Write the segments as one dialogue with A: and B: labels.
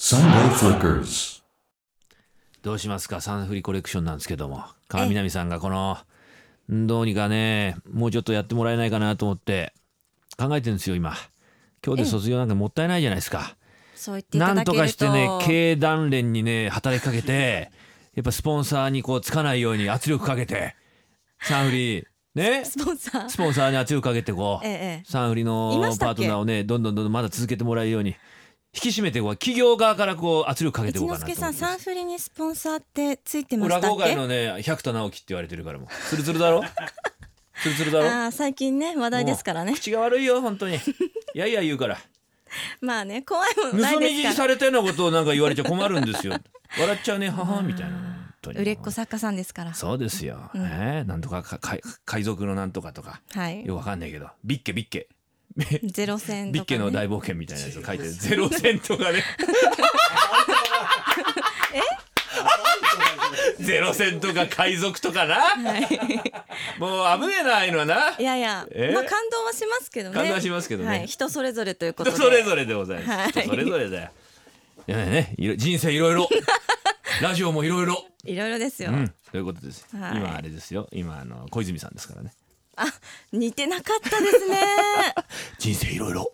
A: Sunday Flickers.
B: どうしますかサンフリコレクションなんですけども川南さんがこのんどうにかねもうちょっとやってもらえないかなと思って考えてるんですよ今今日で卒業なんかもったいないじゃないですか
C: そう言ってい
B: な
C: た
B: ん
C: だけ
B: と
C: ると
B: かしてね経団連にね働きかけてやっぱスポンサーにこうつかないように圧力かけてサンフリね
C: スポンサー
B: スポンサーに圧力かけてこう
C: えええ
B: サンフリ
C: い
B: の
C: ました
B: パー
C: っけ
B: トナーをねどんどんどんどんまだ続けてもらえるように引き締めてこう企業側からこう圧力か
C: え
B: けてい
C: 一
B: こうかな
C: 之
B: と思って
C: 輔
B: ま
C: さん
B: す
C: サンフリにスポンサーってついてまし
B: 俺
C: たっ
B: 落語界
C: け
B: のね百田直樹って言われてるからもうツルツル だろツルツルだろ
C: ああ最近ね話題ですからね
B: もう口が悪いよ本当にいやいや言うから
C: まあね怖いもの な
B: 盗
C: い
B: み聞き
C: ですか
B: されてのことをなんか言われちゃ困るんですよ笑っちゃうね母みたいな本当に
C: ら売れっ子作家さんですから
B: そうですよ、
C: うん
B: ええなんとかか海海賊のなんとかとか
C: はい
B: よくわかんないけどビッケビッケ
C: ゼロ戦
B: ビッ
C: とか、
B: ケ
C: ね、
B: の大冒険みたいなやつを書いてる ゼロ戦とかねえ ゼロ戦とか海賊とかな
C: はい
B: もう危ねえなああいうのはない
C: やいや、
B: え
C: まあ感動はしますけどね
B: 感動はしますけどね
C: はい、人それぞれということ
B: 人そ
C: で
B: れぞれでございます、
C: はい
B: 人それぞれだよいやねいろ人生いろい ろラジオもいろいろ
C: いろいろですよ、
B: うんということです、
C: はい
B: 今あれですよ今あの小泉さんですからね
C: あ似てなかったで すね
B: 人生いろいろ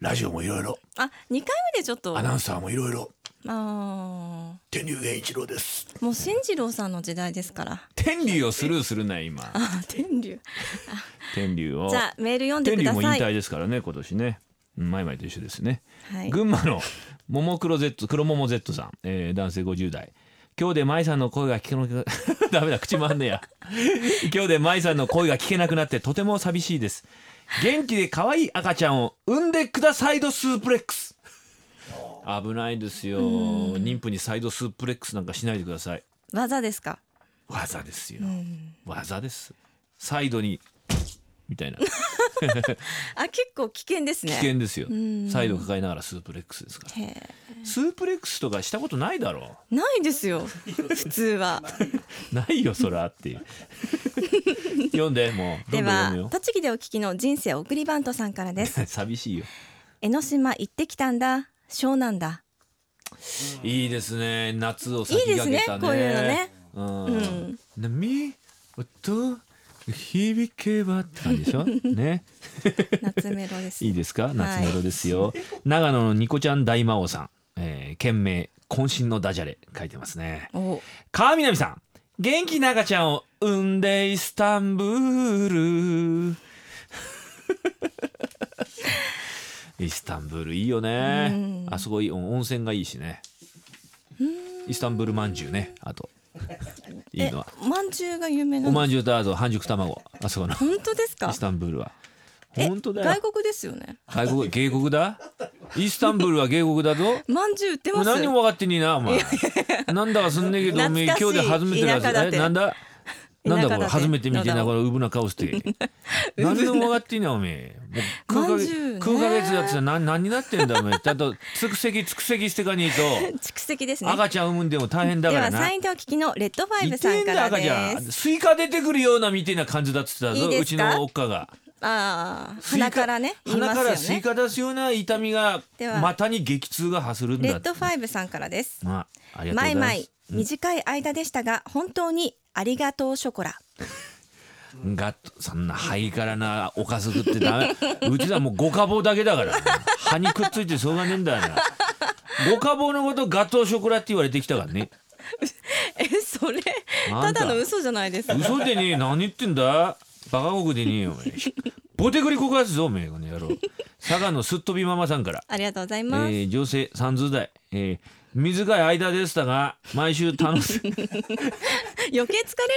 B: ラジオもいろいろ
C: あ二回目でちょっと
B: ア
C: あ
B: ナウンサーもいろいろ
C: あ
B: 天竜源一郎です
C: ーもう新次郎さんの時代ですから
B: 天竜をスルーするな今
C: あ天竜
B: 天竜を
C: じゃあメール読んで
B: 天
C: く
B: 竜
C: だ
B: も引
C: さい
B: 退ですからね今年ねうん前々と一緒ですね
C: はい
B: 群馬のももクロ Z 黒もも Z さん、えー男性50代今日で舞さんの声が聞けな くダメだ口回んねや今日で舞さんの声が聞けなくなってとても寂しいです元気で可愛い赤ちゃんを産んでくださいドスープレックス危ないですよ妊婦にサイドスープレックスなんかしないでください
C: 技ですか
B: 技ですよ、
C: うん
B: 技ですサイドにみたいな
C: あ結構危険ですね
B: 危険ですよ、
C: ん
B: サイド抱えながらスープレックスですから
C: へえ
B: スープレックスとかしたことないだろ
C: ないで すよ普通は
B: うないよそら っていう読んでもうど
C: で
B: んどん読
C: は
B: むよ
C: 栃木でお聞きの人生送りバントさんからで す
B: 寂しいよ
C: 江ノ島行ってきたんだ湘南だ
B: いいですね夏を先
C: いいで
B: 駆
C: す
B: けた
C: ね
B: ね
C: こういうのね
B: うん、
C: うん
B: 波音響けばって感じ でしょね
C: 夏メロです
B: いいですか夏メロですよ、長野のニコちゃん大魔王さん、えー、県名渾身のダジャレ書いてますね
C: お
B: 川南さん元気な赤ちゃんを産んでイスタンブー ルイスタンブールいいよね、
C: うん
B: あそこいい温温泉がいいしねイスタンブールまんじゅうねあといい
C: え
B: のは
C: まんじゅうが有名な
B: お
C: の
B: まんじゅうとあと半熟卵あそこのイ
C: 本当ですか
B: スタンブールは
C: え
B: 本当だよ
C: 外国ですよね
B: 外国 芸国だイスタンブールは芸国だぞ
C: まんじゅう売ってます
B: 何も分かってねえなお前なんだかすんねえけどおめえ今
C: 懐
B: 日
C: か
B: で初
C: しい
B: めてのやつ
C: 田舎だ
B: え
C: って
B: なんだ
C: 田
B: なん
C: 舎だって
B: だこれ初めて見て
C: な
B: な
C: んだ
B: こ のウブな顔して何でも分かってねえなおめえもう空
C: ま
B: か
C: ん
B: げ
C: じゅうね
B: 空か月やつは何何になってんだおめえちゃんとつくせきつくせきしてかねえ
C: 蓄積です
B: と
C: ね
B: 赤ちゃん産むんでも大変だ
C: で
B: か
C: は
B: らな
C: サインでお聞きのレッドファイ
B: い
C: ブ
B: て
C: さ
B: え
C: ん
B: ん
C: か
B: だ
C: ら
B: 赤ちゃ
C: で
B: ん
C: す
B: スイカ出てくるようなみてえな感じだっつってた
C: いい
B: ぞ
C: ですか
B: うちのおっかが
C: ああ
B: スイカ
C: 鼻からね言いま
B: 鼻から
C: す
B: ス
C: よ
B: イ
C: ね
B: カ出すような痛みが
C: では
B: 股に激痛が走るん
C: レ
B: だ
C: ッ
B: って
C: ドファイブさんからです
B: まあありがと
C: ま
B: う
C: い
B: ござ
C: ま
B: いま
C: い
B: す
C: 短い間でしたが本当にありがとうショコラ
B: ガッとそんな肺からなおかず食ってダメ うちはもう五かぼうだけだから歯にくっついてしょうがねえんだよな五かぼうのことガトーショコラって言われてきたからね
C: えそれ
B: あ
C: た
B: んた
C: だの嘘じゃないですか
B: 嘘でねえ何言ってんだバカ国でねえよお前ボテクリ告発ぞおめえこの野郎佐賀のすっとびママさんから
C: ありがとうござい
B: え
C: ます、
B: ー女性30代、えー短い間でしたが毎週楽しみ
C: 余計疲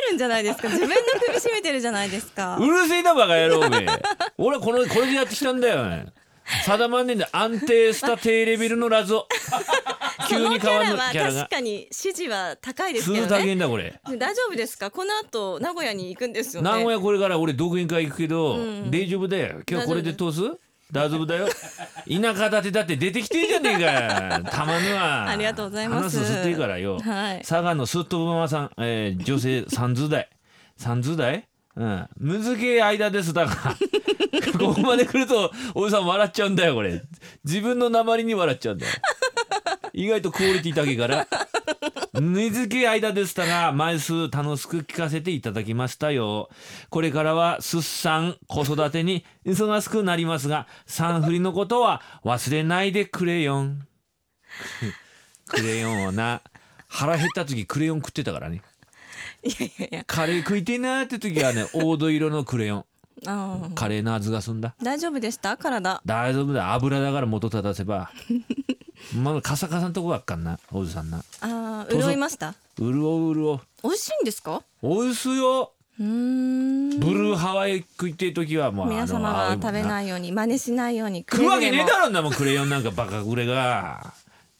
C: れるんじゃないですか自分の首絞めてるじゃないですか
B: うるせえなバカ野郎おめえ俺はこのこれでやってきたんだよおめえ定まんねえんだよ安定した低レベルのラ ゾ
C: そ
B: 急
C: の
B: に
C: キ
B: 変
C: ャ
B: わん
C: ラ
B: の
C: は
B: キャラが
C: 確かに支持は高いです
B: 数
C: けど
B: 大
C: ね
B: 変だこれ
C: 大丈夫ですかこの後名古屋に行くんですよね
B: 名古屋これから俺独演会行くけど、
C: うん
B: 大丈夫だよ今日これで通す大丈夫だよ田舎だってだって出てきてんじゃねえかよたまには
C: ありがとうございます
B: 話すすっていいからよ、
C: はい
B: 佐賀のすっとぶままさん、えー女性30代30代うん、むずけえ間ですだから ここまで来るとおじさん笑っちゃうんだよこれ自分の鉛に笑っちゃうんだよ意外とクオリティ高いから根付け間でしたが毎数楽しく聞かせていただきましたよこれからは出産子育てに忙しくなりますが産婦りのことは忘れないでクレヨンクレヨンはな腹減った時クレヨン食ってたからね
C: いやいやいや
B: カレー食いてえなーって時は ね黄土色のクレヨン
C: あー
B: カレーの味がすんだ
C: 大丈夫でした体
B: 大丈夫だ油だから元立たせばまだカサカサのとこばっかんなおじさんな
C: あー
B: どうぞ
C: 潤いました
B: うるおううるお
C: 美味しいんですか
B: おいしいよ
C: うーん
B: ブルーハワイ食いてる時はもう
C: 皆様は食べ
B: い
C: ないように真似しないように
B: 食うわけねえだ
C: ろ
B: ろんなもんクレヨンなんかバカくれが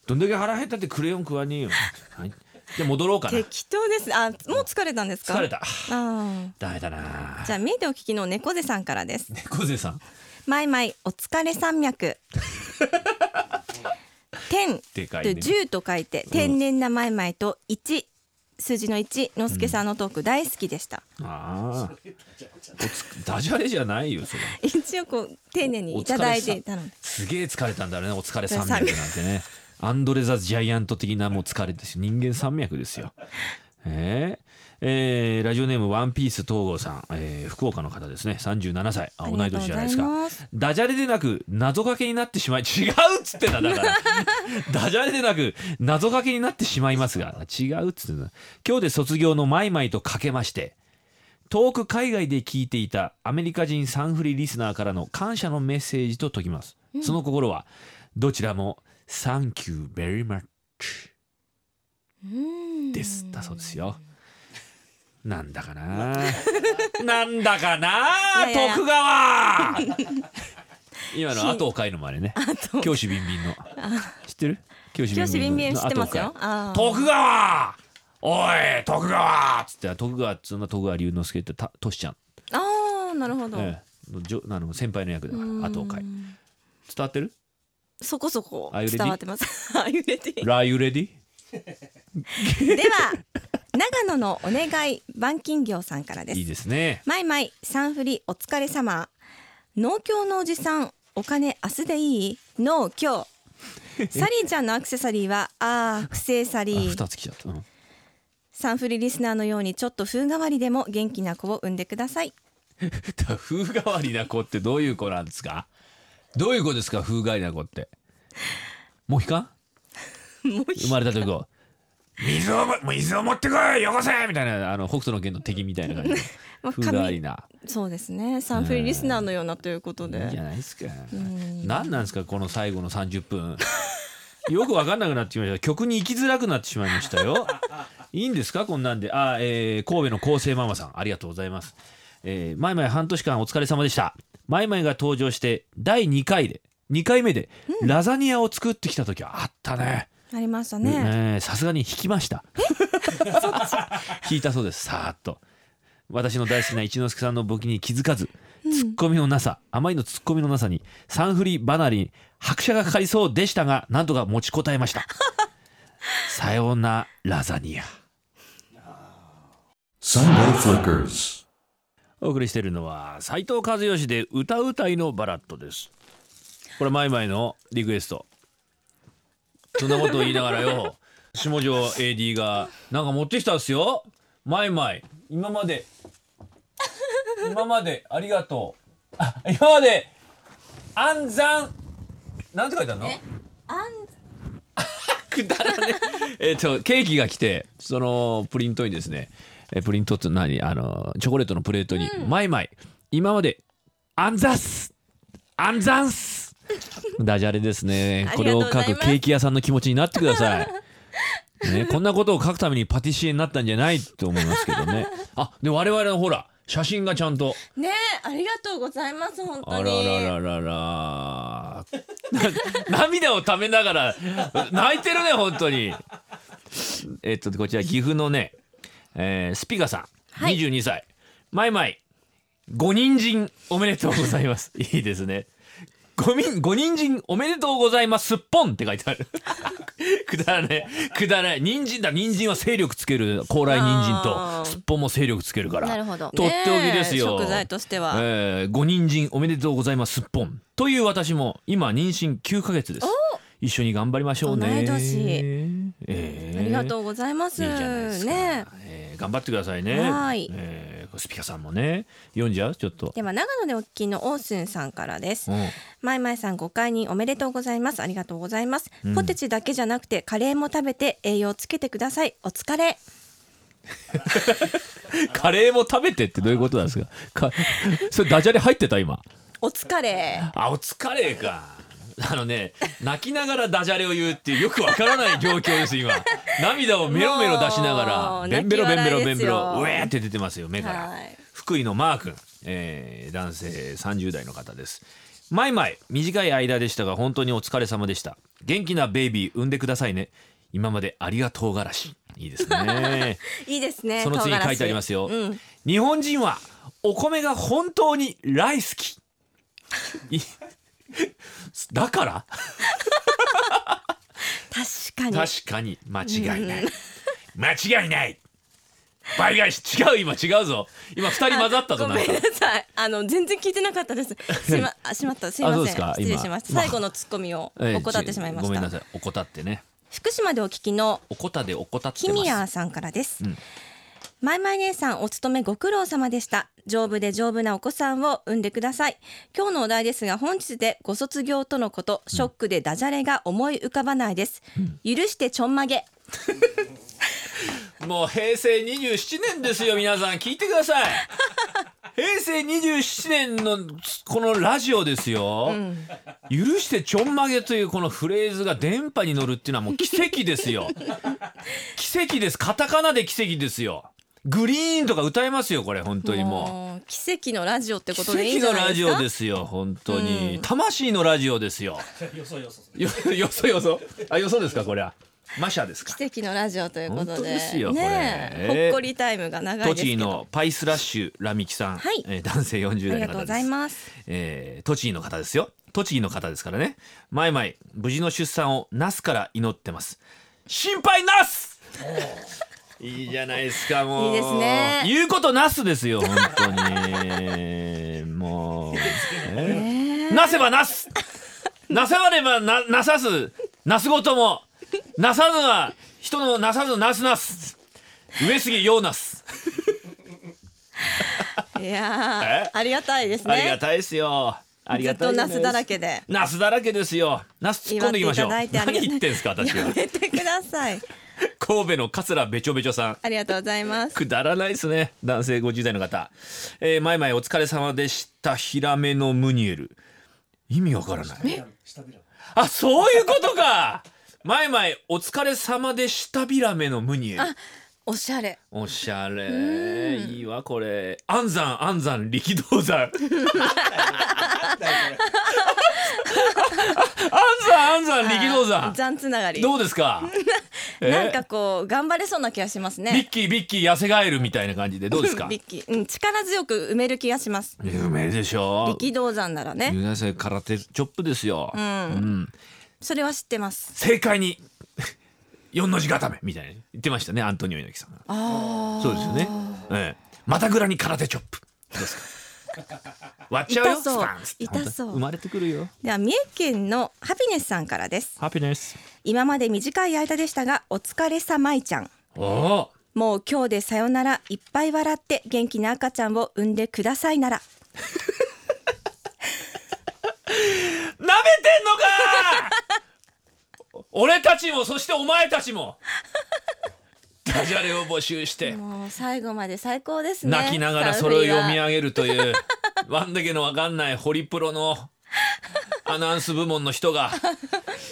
B: どんだけ腹減ったってクレヨン食わねえよ、はい、じゃあ戻ろうかな
C: 適当ですあもう疲れたんですか
B: 疲れた
C: あ
B: ダメだな
C: ーじゃあ見えてお聞きの猫背さんからです
B: 猫背さんっ
C: マイマイお疲れ 山脈天
B: でかいね
C: と十と書いて天然なマイマイと一数字の一のすけさんのトーク大好きでした、
B: ああダジャレじゃないよそれ
C: 一応こう丁寧にいただいていたのです
B: げえ疲れたんだろうねお疲れ300なんてねアンドレ・ザ・ジャイアント的なもう疲れですよ人間山脈ですよえーえーラジオネームワンピース東郷さん、えー福岡の方ですね37歳あ
C: あ
B: 同
C: りが
B: い
C: とう
B: 年
C: ご
B: じゃな
C: ざ
B: い
C: い
B: ですか
C: ます
B: ダジャレでなく謎かけになってしまい 違うっつってんだだから ダジャレでなく謎かけになってしまいますが違うっつってんだ今日で卒業のマイマイとかけまして遠く海外で聞いていたアメリカ人サンフリリスナーからの感謝のメッセージと解きます、その心はどちらも Thank you very much
C: うん
B: ですだそうですよなんだかな なんだかない
C: やいや
B: 徳川 今の 後を書いのもあれね
C: と
B: 教師ビンビンの知ってる教師
C: 教師ビンビン知ってます
B: 後
C: よ
B: を書い
C: あー
B: 徳川おい徳川っつって徳川っつうのは徳川龍之介ってたとしちゃん、
C: あーなるほど、
B: ええのじょあの先輩の役だから後を書い伝わってる
C: そこそこ
B: Are you ready?
C: 伝わってます。Are you ready?
B: ラーユレディ
C: では長野のお願い板金業さんからです
B: いい。ですねあ
C: リー
B: 2つ来ちゃった、うん
C: サンフリリスナーのようにちょっと風変わりでも元気な子を産んでください
B: だ風変わりな子ってどういう子なんですかどういう子ですか風変わりな子ってモヒカン
C: もう
B: 生まれた時こう水をも水を持ってこいよこせみたいなあの北斗の拳の敵みたいな感じの
C: まあ
B: 風変わりな
C: そうですねサンフリリスナーのようなということ
B: いいじ
C: で
B: ゃないですか何なんですかこの最後の30分 よく分かんなくなってきました曲に行きづらくなってしまいましたよいいんですかこんなんであ、えー神戸の構成ママさんありがとうございますえー、前々半年間お疲れ様でした前々が登場して第2回で2回目でラザニアを作ってきた時はあったね、
C: ありました
B: ね
C: ね
B: えさすがに引きました。引いたそうです。さーっと。私の大好きな一之輔さんのボケに気づかず、ツッコミのなさ、あまりのツッコミのなさに、サンフリ離れに拍車がかかりそうでしたが、なんとか持ちこたえました。さようなラザニア。
A: Sunday Flickers.
B: お送りしているのは、斉藤和義で歌うたいのバラッドです。これ、マイマイのリクエスト。そんなことを言いながらよ、下條 AD が、なんか持ってきたんですよ。マイマイ、今まで、今までありがとう。あ今まで、暗算、なんて書いてあるの
C: あん
B: くだらね え。えっと、ケーキが来て、そのプリントにですね、えプリントって何あの、チョコレートのプレートに、マイマイ、今まで、アンザスアンザンスダジャレですね。
C: あ
B: こ
C: り
B: れ
C: がと
B: を
C: うござい
B: 書
C: ます
B: くケーキ屋さんの気持ちになってくだ さい。ね、こんなことを書くためにパティシエになったんじゃないと思いますけどね。あ、で、我々のほら、写真がちゃんと。
C: ねありがとうございます本当
B: あ
C: に
B: ららららら な涙をためながら泣いてるね本当にえっとこちら岐阜のね、えースピカさん、
C: はい
B: 22歳マイマイご人参おめでとうございます いいですねごみんご人参おめでとうございますすっぽんって書いてある くだらねえくだらない人参だ人参は勢力つける高麗人参
C: あ
B: と
C: ー
B: すっぽんも勢力つけるから
C: なるほど
B: とっておきですよ、
C: ねえ食材としては
B: えーご人参おめでとうございますすっぽんという私も今妊娠9ヶ月です一緒に頑張りましょうね。
C: 同い年
B: えー
C: ありがとうございます。
B: いいじゃないですか。
C: ね。
B: えー頑張ってくださいね。
C: はい
B: えースピカさんもね、読んじゃうちょっと。
C: では長野でお聞きのオースンさんからです
B: うん。
C: まいまいさんご会におめでとうございますありがとうございます、
B: うん
C: ポテチだけじゃなくてカレーも食べて栄養つけてくださいお疲れ
B: カレーも食べてってどういうことなんですか。かそれダジャレ入ってた今。
C: お疲れ
B: あ、お疲れか。あのね、泣きながらダジャレを言うっていうよくわからない状況です今。涙をメロメロ出しながら、
C: もう
B: ベンベロベンベロベンベロ、
C: 泣き笑いですよ
B: ウェーって出てますよ目から。
C: はい
B: 福井のマー君、えー男性30代の方です毎毎短い間でしたが本当にお疲れ様でした元気なベイビー産んでくださいね今までありがとうがらしいいですね
C: いいですね
B: その次に
C: 唐辛子
B: 書いてありますよ、
C: うん
B: 日本人はお米が本当に大好きいだから
C: 確かに
B: 確かに間違いない間違いない倍返し違う今違うぞ今2人混ざったぞ
C: ご
B: なん
C: めん
B: か
C: なさいあの全然聞いてなかったです すいまあしまったすいま
B: あそうで
C: せ
B: す
C: ん
B: か
C: 失礼しました
B: 今
C: 最後のツッコミを
B: ええ
C: 怠ってしまいま
B: ご
C: し
B: めん
C: た、
B: なさい怠ってね
C: 福島でお聞きの
B: 怠で怠って
C: キ
B: ます
C: ミヤーさんからです、
B: うん
C: マイマイ姉さんお勤めご苦労様でした丈夫で丈夫なお子さんを産んでください今日のお題ですが本日でご卒業とのことショックでダジャレが思い浮かばないです、許してちょんまげ
B: もう平成27年ですよ皆さん聞いてくだ さい平成27年のこのラジオですよ、許してちょんまげというこのフレーズが電波に乗るっていうのはもう奇跡です よ奇跡ですカタカナで奇跡ですよグリーンとか歌えますよこれ本当にもう
C: もう奇跡のラジオってことでいい
B: 奇
C: んじゃ
B: 跡の
C: ない
B: ラ
C: です
B: ジ
C: か
B: オですよ本当に、
C: うん
B: 魂のラジオです よよそよそよそあよそですかこれはマシャですか
C: 奇跡のラジオということ
B: 本当
C: で
B: ですよ
C: ねえ
B: これ
C: ほっこりタイムが長いで
B: 栃
C: すけ
B: 木
C: ど
B: のパイスラッシュラミキさん、
C: はい
B: えー男性40
C: あ
B: 代
C: り
B: の方
C: がとうご
B: です
C: ざいます
B: えー栃木の方ですよ栃木の方ですからね前々無事の出産をナスから祈ってます心配ナスいいじゃないですかもう
C: いいですね
B: 言うことナスですよ本当にもう、ねなせばなすなせばればななさすなすごともなさずは人のなさずなすなす上杉ようなす
C: いやーありがたいですね
B: ありがたいですよあり
C: ず
B: が
C: った
B: い
C: とナスだら
B: け
C: けで
B: ナスだらけですよ。ナス突っ込んでいきましょう。
C: 祝っていただいてありが
B: 何言ってんすか、私
C: や
B: は。
C: めてください
B: 神戸の桂べちょべちょさん。
C: ありがとうございます
B: くだらないですね。男性50代の方。えー、前々お疲れ様でした。ヒラメのムニエル。意味わからない。あ、そういうことか。前々お疲れ様でしたビラメのムニエル。
C: おしゃれ
B: おしゃれ。いいわ、これ。安山、安山、力道山。安山、安山、力道山。
C: 残つ ながり
B: どうですか。え
C: なんかこう頑張れそうな気がします
B: ビ
C: ね
B: ッキービッキー痩せ返るみたいな感じでどうですか。
C: ビッキーうん力強く埋める気がします
B: 有名でしょう。
C: 力道山ならね
B: 有名です空手チョップですよ。
C: ん
B: うん
C: それは知ってます
B: 正解に 四の字固めみたいな言ってましたねアントニオ猪木さんが。
C: あ
B: そうですよね。ええ、またぐらに空手チョップ。どうですか。割っちゃうよ。
C: 痛そう
B: スパンつって
C: 痛そう
B: 本当生まれてくるよ。
C: ーでは三重県のハピネスさんからです
B: ハピネス。
C: 今まで短い間でしたがお疲れさまいちゃん
B: おお。
C: もう今日でさよならいっぱい笑って元気な赤ちゃんを産んでくださいなら
B: なめてんのか 俺たちもそしてお前たちもダジャレを募集して
C: もう最後まで最高ですね
B: 泣きながらそれを読み
C: 合
B: 上げるというワンだけのわかんないホリプロのアナウンス部門の人が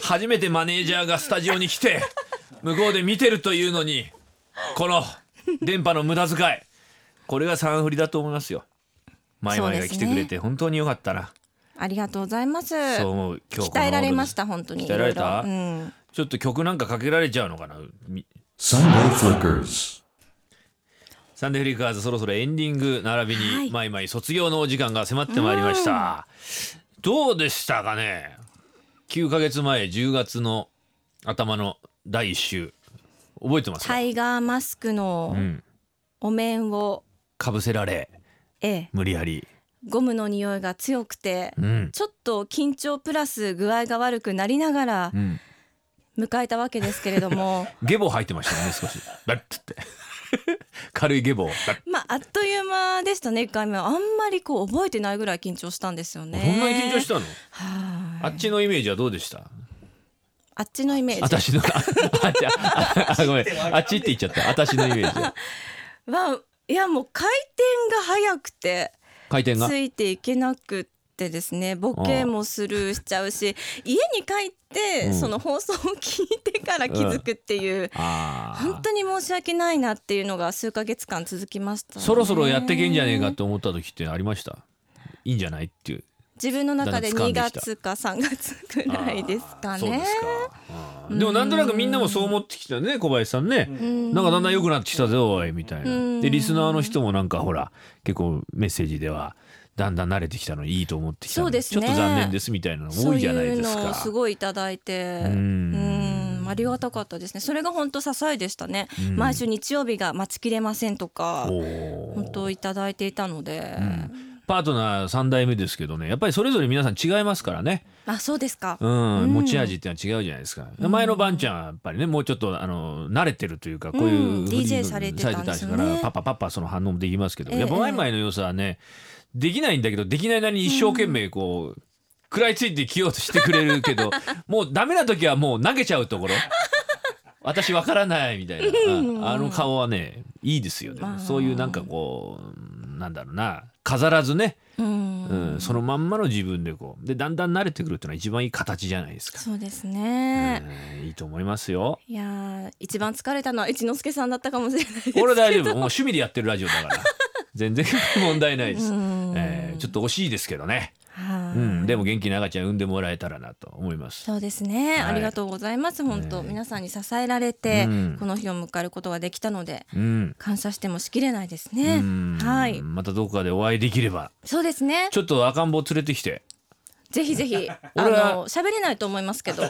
B: 初めてマネージャーがスタジオに来て向こうで見てるというのにこの電波の無駄遣いこれがサンフリだと思いますよ。マイマイが来てく
C: そ
B: れ
C: うです
B: て本当によかったな。
C: ありがとうございます
B: そう思う今日この頃
C: 鍛えられました本当に
B: 鍛えられた
C: いろいろうん
B: ちょっと曲なんかかけられちゃうのかなみ
A: Sunday Flickers.
B: サンデーフリーカーズそろそろエンディング並びに、
C: はい
B: まいまい卒業のお時間が迫ってまいりました、どうでしたかね9ヶ月前10月の頭の第1週覚えてますか、
C: タイガーマスクの
B: うん、
C: お面を、
B: かぶせられ
C: ええ、
B: 無理やり
C: ゴムの匂いが強くて、
B: うん、
C: ちょっと緊張プラス具合が悪くなりながら
B: うん、
C: 迎えたわけですけれ ども
B: ゲボ入ってましたね少し バッつって軽いゲボをバッ
C: まああっという間でしたね1回目はあんまりこう覚えてないぐらい緊張したんですよね
B: そんなに緊張したたの、あっちのイメージはどうでした
C: あっちのイメージ
B: 私の ああじゃああごめんあっちって言っちゃった私のイメージ
C: はいやもう回転が速くて
B: 回転が
C: ついていけなくってですねボケもスルーしちゃうし家に帰って、
B: うん
C: その放送を聞いてから気づくっていう、
B: あ
C: 本
B: あ
C: 当に申し訳ないなっていうのが数ヶ月間続きましたね、
B: そろそろやってけんじゃねえかって思った時ってありましたいいんじゃないっていう
C: 自分の中で
B: だんだん掴
C: 2
B: んできた
C: 月か3月ぐらいですか
B: そうで
C: ね
B: すか、うんでもなんとなくみんなもそう思ってきたね小林さんね、
C: うん
B: なんかだんだん良くなってきたぞおいみたいな、
C: うん
B: でリスナーの人もなんかほら結構メッセージではだんだん慣れてきたのいいと思ってきたの
C: そうです
B: ち
C: ね
B: ょっと残念ですみたいなの
C: そ
B: 多
C: う
B: いじゃない
C: い
B: で
C: う
B: すか
C: のをすごいいただいて
B: う
C: うんんありがたかったですねそれが本当支えでしたね、
B: うん
C: 毎週日曜日が待ちきれませんとか
B: おー
C: 本当いただいていたので、
B: パートナー3代目ですけどねやっぱりそれぞれ皆さん違いますからね、
C: あそうですか、
B: うん
C: うん
B: 持ち味っていうのは違うじゃないですか、前のばんちゃんはやっぱりねもうちょっとあの慣れてるというかこういう
C: うん
B: フリー
C: DJ されてたんですよね
B: されてたからパパパパその反応もできますけど、
C: ええ
B: やっぱワイマイの良さはねできないんだけどできないなりに一生懸命こう、食らいついてきようとしてくれるけ どもうダメな時はもう投げちゃうところ私わからないみたいな、うんあの顔はねいいですよね、
C: まあ
B: そういうなんかこうなんだろうな飾らずね、
C: うん
B: うん、そのまんまの自分でこうでだんだん慣れてくるっていうのは一番いい形じゃないですか、
C: そうですね、
B: うんいいと思いますよ
C: いやー一番疲れたのは一之輔さんだったかもしれないです
B: 俺大丈夫もう趣味でやってるラジオだから全然問題ないです、
C: うん
B: えーちょっと惜しいですけどね、
C: は
B: う
C: い
B: ん、でも元気な赤ちゃん産んでもらえたらなと思います
C: そうですね、
B: はい
C: ありがとうございます本当、
B: ね
C: 皆さんに支えられて、
B: うん
C: この日を迎えることができたので
B: うん、
C: 感謝してもしきれないです
B: う
C: ね
B: ん
C: はい
B: またどこかでお会いできれば
C: そうですね
B: ちょっと赤ん坊連れてきて
C: ぜひぜひあ
B: 俺は
C: の喋れないと思いますけど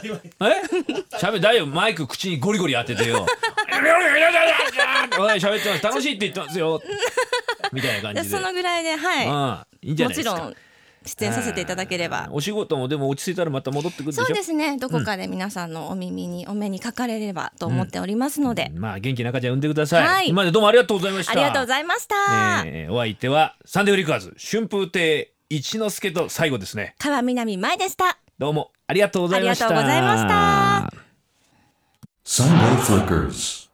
B: え 喋だよマイク口にゴリゴリ当ててよ おい喋ってます楽しいって言ってますよみたいな感じで
C: そのぐらいでは
B: うんいいん
C: い
B: じゃな
C: も
B: いで
C: ち
B: すか
C: ろん出演させていただければ
B: お仕事もでも落ち着いたらまた戻ってくるでしょ
C: そうですねどこかで皆さんのお耳に、お目にかかれればと思っておりますので、
B: まあ元気な赤ちゃん産んでください、
C: はい
B: 今までどうもありがとうございました
C: ありがとうございました、
B: えーお相手はサンデーウリカーズ春風亭一之輔と最後ですね
C: 川南舞でした
B: どうもありがとうございました
C: ありがとうございました
A: Sunday Flickers.